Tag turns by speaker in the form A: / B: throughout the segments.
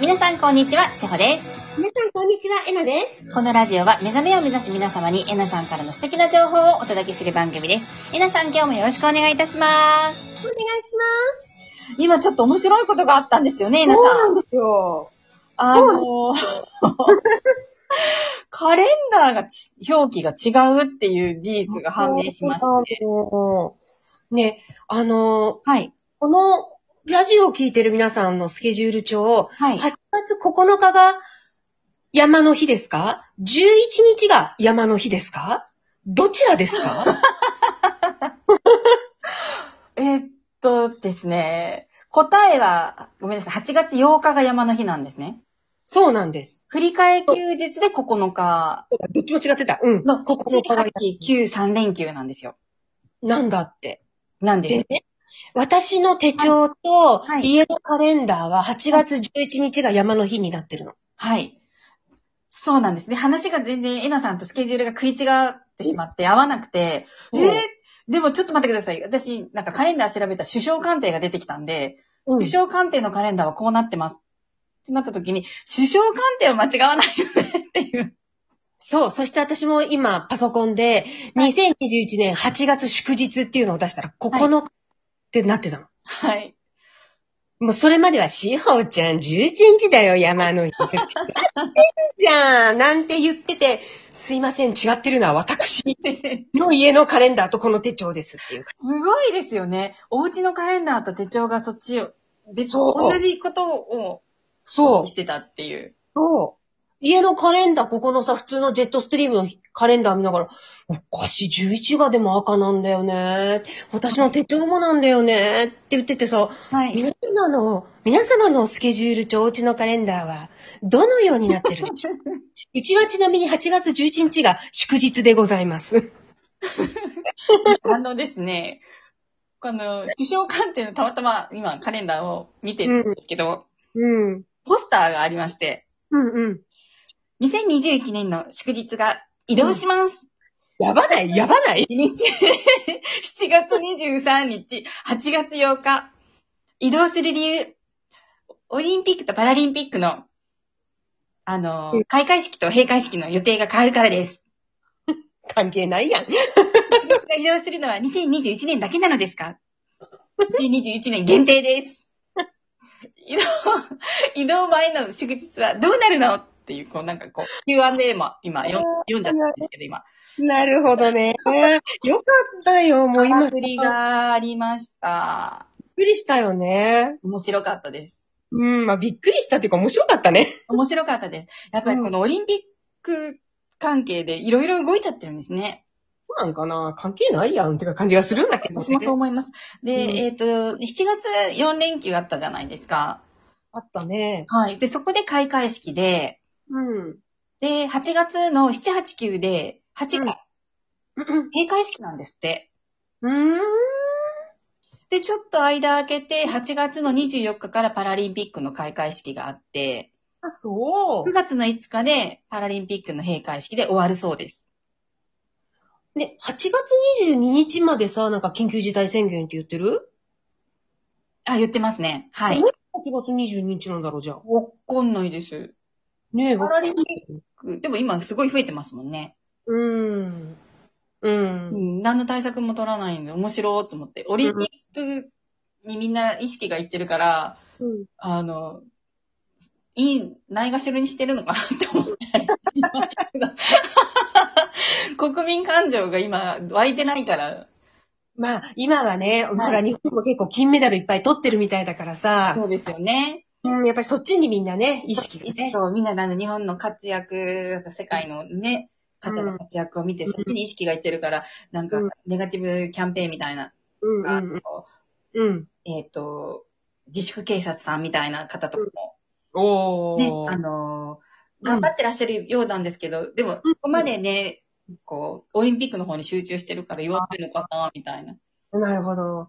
A: 皆さんこんにちは、しほです。
B: 皆さん、こんにちは。えなです。
A: このラジオは目覚めを目指す皆様にえなさんからの素敵な情報をお届けする番組です。えなさん今日もよろしくお願いいたします。
B: お願いします。
A: 今ちょっと面白いことがあったんですよね、えな
B: そう
A: さ。
B: なんんですよ。
A: あの、カレンダーがち表記が違うっていう事実が判明しまし
B: そう
A: て。
B: そうね、あの、
A: はい。
B: このラジオを聞いてる皆さんのスケジュール帳、
A: はい。
B: 8月9日が山の日ですか ?11 日が山の日ですかどちらです か
A: えーっとですね、答えは、ごめんなさい、8月8日が山の日なんですね。
B: そうなんです。
A: 振り替え休日で9日
B: どっちも違ってた。うん。
A: の
B: 9
A: 7、
B: 日が
A: 8、9、3連休なんですよ。
B: なんだって。
A: なんです。
B: でね、私の手帳と
A: はい
B: 家のカレンダーは8月11日が山の日になってるの。
A: はい。そうなんです。で、話が全然、エナさんとスケジュールが食い違ってしまって、合わなくて、え
B: うん
A: ー、でもちょっと待ってください。私、なんかカレンダー調べたら首相官邸が出てきたんで、首相官邸のカレンダーはこうなってます。ってなった時に、首相官邸は間違わないよねっていう。
B: そう。そして私も今、パソコンで、2021年8月祝日っていうのを出したら、9日ってなってたの。
A: はい。
B: もうそれまでは、しほちゃん、11日だよ、山の日。違ってるじゃんなんて言ってて、すいません、違ってるのは私の家のカレンダーとこの手帳ですっていう。
A: すごいですよね。お家のカレンダーと手帳がそっちを、で
B: そう
A: 同じことを
B: そう。
A: してたっていう。
B: そう。家のカレンダー、ここのさ、普通のジェットストリームのカレンダー見ながら、おかしい、11がでも赤なんだよね。私の手帳もなんだよね。って言っててさ、
A: は。
B: 皆様の、皆様のスケジュールとおうちのカレンダーは、どのようにな ってるでしょう ?1 はちなみに8月11日が祝日でございます。
A: あのですね、この、首相官邸のたまたま今カレンダーを見てるんですけど、
B: うん。うん
A: ポスターがありまして、
B: うん。
A: 2021年の祝日が移動します。
B: やばないやばない
A: 1日、7月23日、8月8日、移動する理由、オリンピックとパラリンピックの、あの
B: うん、
A: 開会式と閉会式の予定が変わるからです。
B: 関係ないやん。
A: 私が移動するのは2021年だけなのですか ?2021 年限定です。移動、移動前の祝日はどうなるのっていう、こうなんかこう、Q&A も今読ん読んじゃったんですけど、今。
B: なるほどね。よかったよ、もう今。
A: 今振りがありました。
B: びっくりしたよね。
A: 面白かったです。
B: うん、まあ、びっくりしたっていうか面白かったね。
A: 面白かったです。やっぱりこのオリンピック関係でいろいろ動いちゃってるんですね。
B: そうなんかな関係ないやんっていう感じがするんだけど、
A: 私もそう思います。で、
B: うん
A: えっ、と、7月4連休あったじゃないですか。
B: あったね。
A: はい。で、そこで開会式で、
B: うん。
A: で、8月の7、8、9で、8が閉会式なんですって。
B: うん。
A: で、ちょっと間空けて、8月の24日からパラリンピックの開会式があって、
B: あ、そ
A: 9月の5日でパラリンピックの閉会式で終わるそうです。
B: う。ね、8月22日までさ、なんか緊急事態宣言って言ってる
A: あ、言ってますね。はい。
B: 8月22日なんだろう、じゃあ。
A: わかんないです。
B: ねえ、
A: パラリンピでも今すごい増えてますもんね。
B: うん。うん。
A: うん。何の対策も取らないんで面白いと思って。オリンピックにみんな意識がいってるから、
B: うん。
A: あの、いい、ないがしろにしてるのかなって思ったりしますけど 国民感情が今湧いてないから。
B: まあ、今はね、ほ
A: は
B: ら、日本も結構金メダルいっぱい取ってるみたいだからさ、
A: うですよね。
B: うん、やっぱりそっちにみんなね、意識がね。
A: そう、みんなあの日本の活躍、世界のね、方の活躍を見て、
B: うん
A: そっちに意識がいってるから、なんか
B: うん、
A: ネガティブキャンペーンみたいな、
B: うんう
A: あ
B: ん
A: の
B: うん。
A: えっ、と、自粛警察さんみたいな方とかも、
B: おー。
A: ね、あの、頑張ってらっしゃるようなんですけど、でも、そこまでね、こう、オリンピックの方に集中してるから弱いのかな、みたいな。
B: なるほど。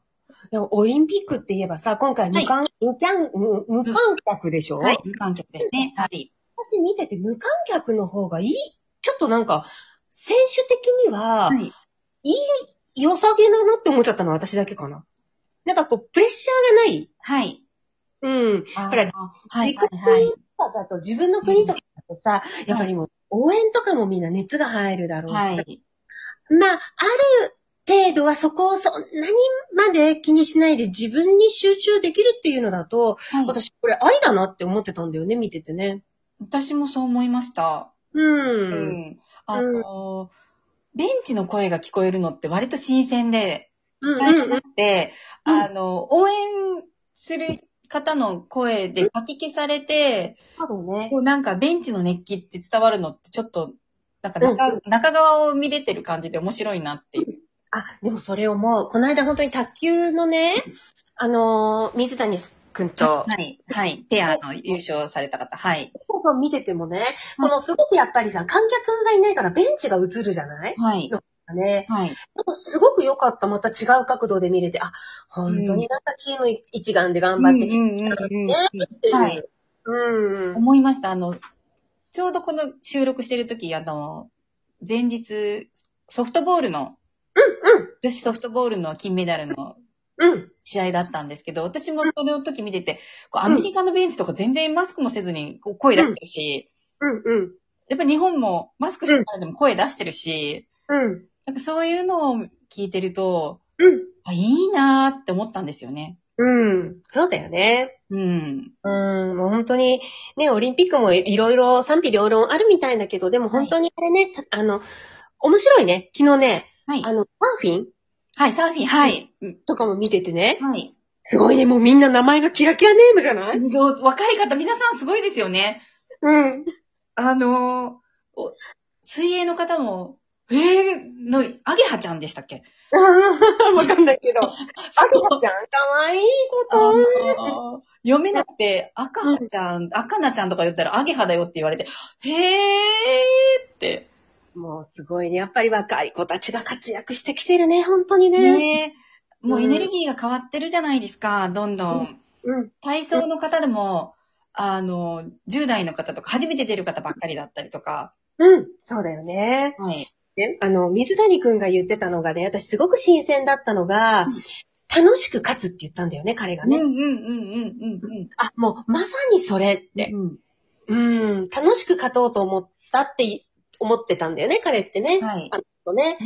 B: でも、オリンピックって言えばさ、今回無観、無観、無無観客でしょ、
A: はい、無観客ですね。はい。
B: 私見てて無観客の方がいい、ちょっとなんか、選手的には、
A: はい
B: 良さげだなって思っちゃったのは私だけかな。なんかこう、プレッシャーがない。
A: はい。
B: うん。
A: あー
B: ほら
A: はい
B: 自
A: は
B: 国
A: いはい。
B: とかだと、自分の国とかだとさ、やっぱりもう、応援とかもみんな熱が入るだろうし、
A: はい。
B: まあ、ある程度はそこをそんなにまで気にしないで自分に集中できるっていうのだと、
A: はい
B: 私これありだなって思ってたんだよね、見ててね。
A: 私もそう思いました。う
B: う。
A: んん。あの、ベンチの声が聞こえるのって割と新鮮で、
B: うん
A: 最初
B: うん
A: って、
B: うん
A: あの、応援する方の声でかき消されて、
B: そうだね。
A: こうなんかベンチの熱気って伝わるのってちょっと、なんか中,、
B: う
A: 中側を見れてる感じで面白いなっていう。
B: あ、でもそれをもう、この間本当に卓球のね、あのー水谷くんと、
A: はい。はい。ペアの優勝された方。はい。
B: そう見ててもね、このすごくやっぱりさ、観客がいないからベンチが映るじゃない
A: はい。
B: ね。
A: はい。
B: すごく良かった。また違う角度で見れて、あ、本当になんかチーム一丸で頑
A: うんう
B: 張っ
A: ん
B: てき
A: うんうん
B: てる。
A: はい。
B: うん。
A: 思いました。あの、ちょうどこの収録してる時、あの、前日、ソフトボールの、女子ソフトボールの金メダルの
B: うん。
A: 試合だったんですけど、私もそれの時見てて、こうアメリカのベンチとか全然マスクもせずにこう声出してるし、
B: うん。うん。
A: やっぱ日本もマスクしながらでも声出してるし、
B: うん。
A: なんかそういうのを聞いてると、
B: うん。
A: あいいなーって思ったんですよね。
B: うん。そうだよね。
A: うん。
B: うん。もう本当に、ね、オリンピックもいろいろ賛否両論あるみたいだけど、でも本当にあれね、たあの、面白いね。昨日ね、
A: はい
B: あ。の、サーフィン
A: はい、サーフィン、はい。
B: とかも見ててね。
A: はい。
B: すごいね、もうみんな名前がキラキラネームじゃない
A: そう、若い方、皆さんすごいですよね。
B: うん。
A: あのーお水泳の方も、えー、の、アゲハちゃんでしたっけ
B: わかんないけど。あき
A: そう
B: はちゃん、かわいいこ
A: あ
B: と。
A: のー読めなくて、赤葉ちゃん、赤菜ちゃんとか言ったらアゲハだよって言われて、へーって。
B: もうすごいね。やっぱり若い子たちが活躍してきてるね、本当にね。
A: ねえもうエネルギーが変わってるじゃないですか、どんど。
B: うんうん。
A: 体操の方でも、あの、10代の方とか、初めて出る方ばっかりだったりとか。
B: うん。そうだよね。
A: はい。
B: ねあの、水谷くんが言ってたのがね、私すごく新鮮だったのが、楽しく勝つって言ったんだよね、彼が
A: うんうん
B: ね。
A: うんうんうん
B: あ、もうまさにそれって。
A: うん。
B: うん。楽しく勝とうと思ったってい思ってたんだよね、彼ってね。
A: はい
B: あの人ね。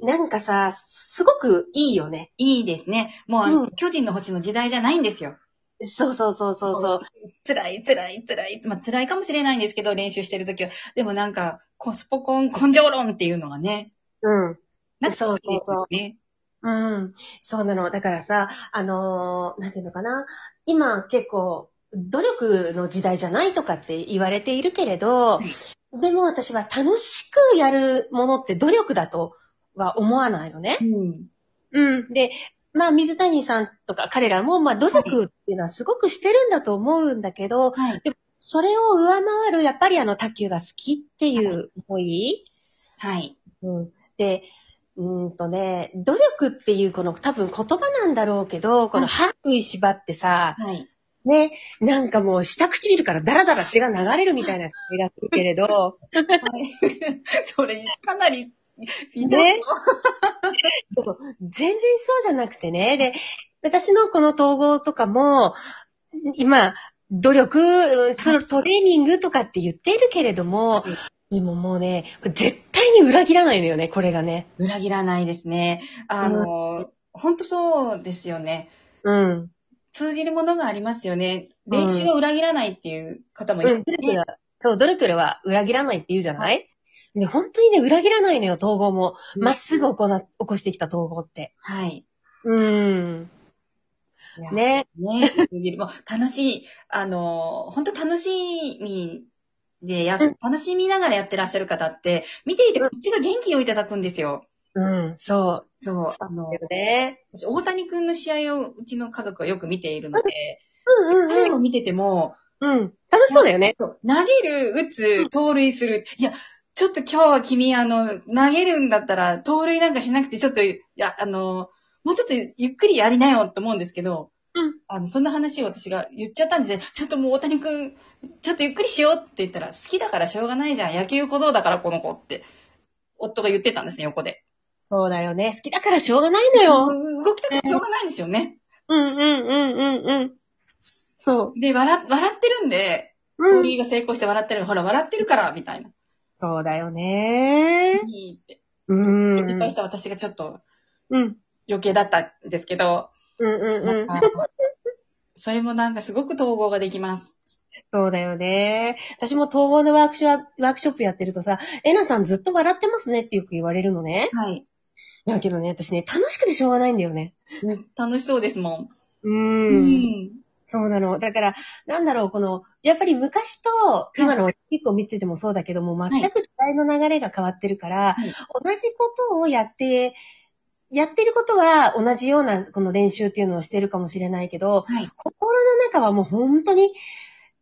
A: うん。
B: なんかさ、すごくいいよね。
A: いいですね。もうあの、
B: うん
A: 巨人の星の時代じゃないんですよ。
B: そうそうそうそうそう。
A: 辛い、辛い、辛い。まあ、辛いかもしれないんですけど、練習してるときは。でもなんか、コスポコン、根性論っていうのがね。
B: うん。
A: なんか
B: そうそうそう
A: いいですよね。
B: うん。そうなの。だからさ、あのーなんていうのかな。今結構、努力の時代じゃないとかって言われているけれど
A: はい、
B: でも私は楽しくやるものって努力だとは思わないのね。
A: うん。
B: うん。で、まあ水谷さんとか彼らも、まあ努力っていうのはすごくしてるんだと思うんだけど、
A: はい。
B: それを上回る、やっぱりあの卓球が好きっていう思い、
A: はい。
B: うんで、うーんとね、努力っていうこの多分言葉なんだろうけど、この歯食いしばってさ、
A: はい。
B: ね、なんかもう下唇からダラダラ血が流れるみたいな感じがするけれ ど、
A: それ、かなり、
B: ね。全然そうじゃなくてね、で、私のこの統合とかも、今、努力、うんトトレーニングとかって言っているけれども、でももうね、絶対に裏切らないのよね、これがね。
A: 裏切らないですね。あの、ほんとそうですよね。
B: うん。
A: 通じるものがありますよね。
B: ん
A: 練習を裏切らないっていう方もい
B: うん、
A: る
B: 努。力は、そう、努力は裏切らないって言うじゃない、で、本当にね、裏切らないのよ、統合も。
A: うん
B: まっすぐ行な、起こしてきた統合って。
A: はい。
B: うん。
A: いや
B: ね。
A: ね、通じる。もう楽しい、あの、本当楽しみでや、
B: うん
A: 楽しみながらやってらっしゃる方って、見ていてこっちが元気をいただくんですよ。
B: うん、そ
A: そう
B: そ。
A: あの
B: う。、ね。
A: 私、大谷くんの試合をうちの家族はよく見ているので、
B: うん
A: 彼
B: うん
A: を
B: うん。
A: 見てても、
B: うん。楽しそうだよね。
A: そう、投げる、打つ、盗塁する。いや、ちょっと今日は君、あの、投げるんだったら、盗塁なんかしなくて、ちょっと、いや、あの、もうちょっとゆっくりやりなよって思うんですけど、
B: うん
A: あの、そんな話を私が言っちゃったんですね。ちょっともう大谷くん、ちょっとゆっくりしようって言ったら、好きだからしょうがないじゃん。野球小僧だからこの子って、夫が言ってたんですね、横で。
B: そうだよね。好きだからしょうがないのよ。
A: 動きたくてしょうがないんですよね。
B: うんうんうんうんうん。そう。
A: で、笑、笑ってるんで、
B: う
A: 交
B: ん。
A: 流が成功して笑ってる。ほら、笑ってるから、みたいな。
B: そうだよね。
A: いいって。
B: うん。う
A: 失
B: ん。
A: 敗した私がちょっと
B: うん。
A: 余計だったんですけど、
B: うん。うん。
A: なんかそれもなんかすごく統合ができます。
B: そうだよね。私も統合のワークショップ、ワークショップやってるとさ、えなさんずっと笑ってますねってよく言われるのね。
A: はい。
B: だけどね、私ね、楽しくてしょうがないんだよね。
A: 楽しそうですも。
B: うんん。そうなの。だから、なんだろう、この、やっぱり昔と、今の結構見ててもそうだけども、
A: い
B: 全く時代の流れが変わってるから、
A: はい
B: 同じことをやって、やってることは同じようなこの練習っていうのをしてるかもしれないけど、
A: はい。
B: 心の中はもう本当に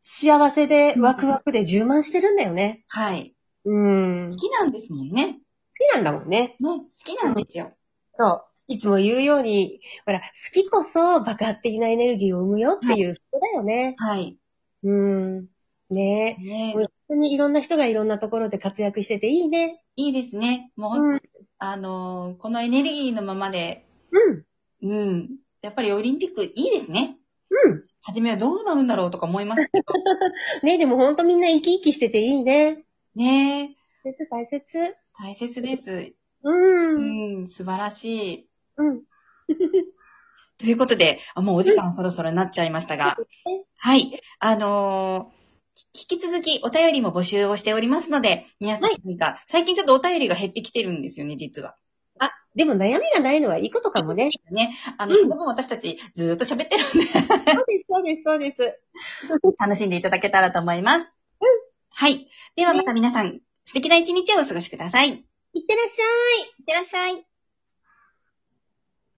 B: 幸せでワクワクで充満してるんだよね。
A: はい。
B: うん。
A: 好きなんですもんね。
B: 好きなんだもんね。
A: ね、好きなんですよ。
B: そう。いつも言うように、ほら、好きこそ爆発的なエネルギーを生むよっていう、そうだよね。
A: はい。
B: うん。ねえ。
A: ね
B: 本当にいろんな人がいろんなところで活躍してていいね。
A: いいですね。もう、
B: うん。
A: あのーこのエネルギーのままで、
B: うん。
A: うん。やっぱりオリンピックいいですね。
B: うん。
A: 初めはどうなるんだろうとか思いましたけど。
B: ねえ、でも本当みんな生き生きしてていいね。
A: ねえ
B: 大切、大切。
A: 大切です。
B: う。
A: うんん、素晴らしい。
B: うん。
A: ということで、あもうお時間そろそろなっちゃいましたが、はい。あのー引き続きお便りも募集をしておりますので、皆さん何か、最近ちょっとお便りが減ってきてるんですよね、実は。
B: でも悩みがないのはいいことかもね。
A: ね。あの、
B: うん
A: その分私たちずーっと喋ってるんで、
B: そうです、そうです、そうです。
A: 楽しんでいただけたらと思います。はい。ではまた皆さん、素敵な一日をお過ごしください。いっ
B: いってらっしゃい。
A: てらっしゃい。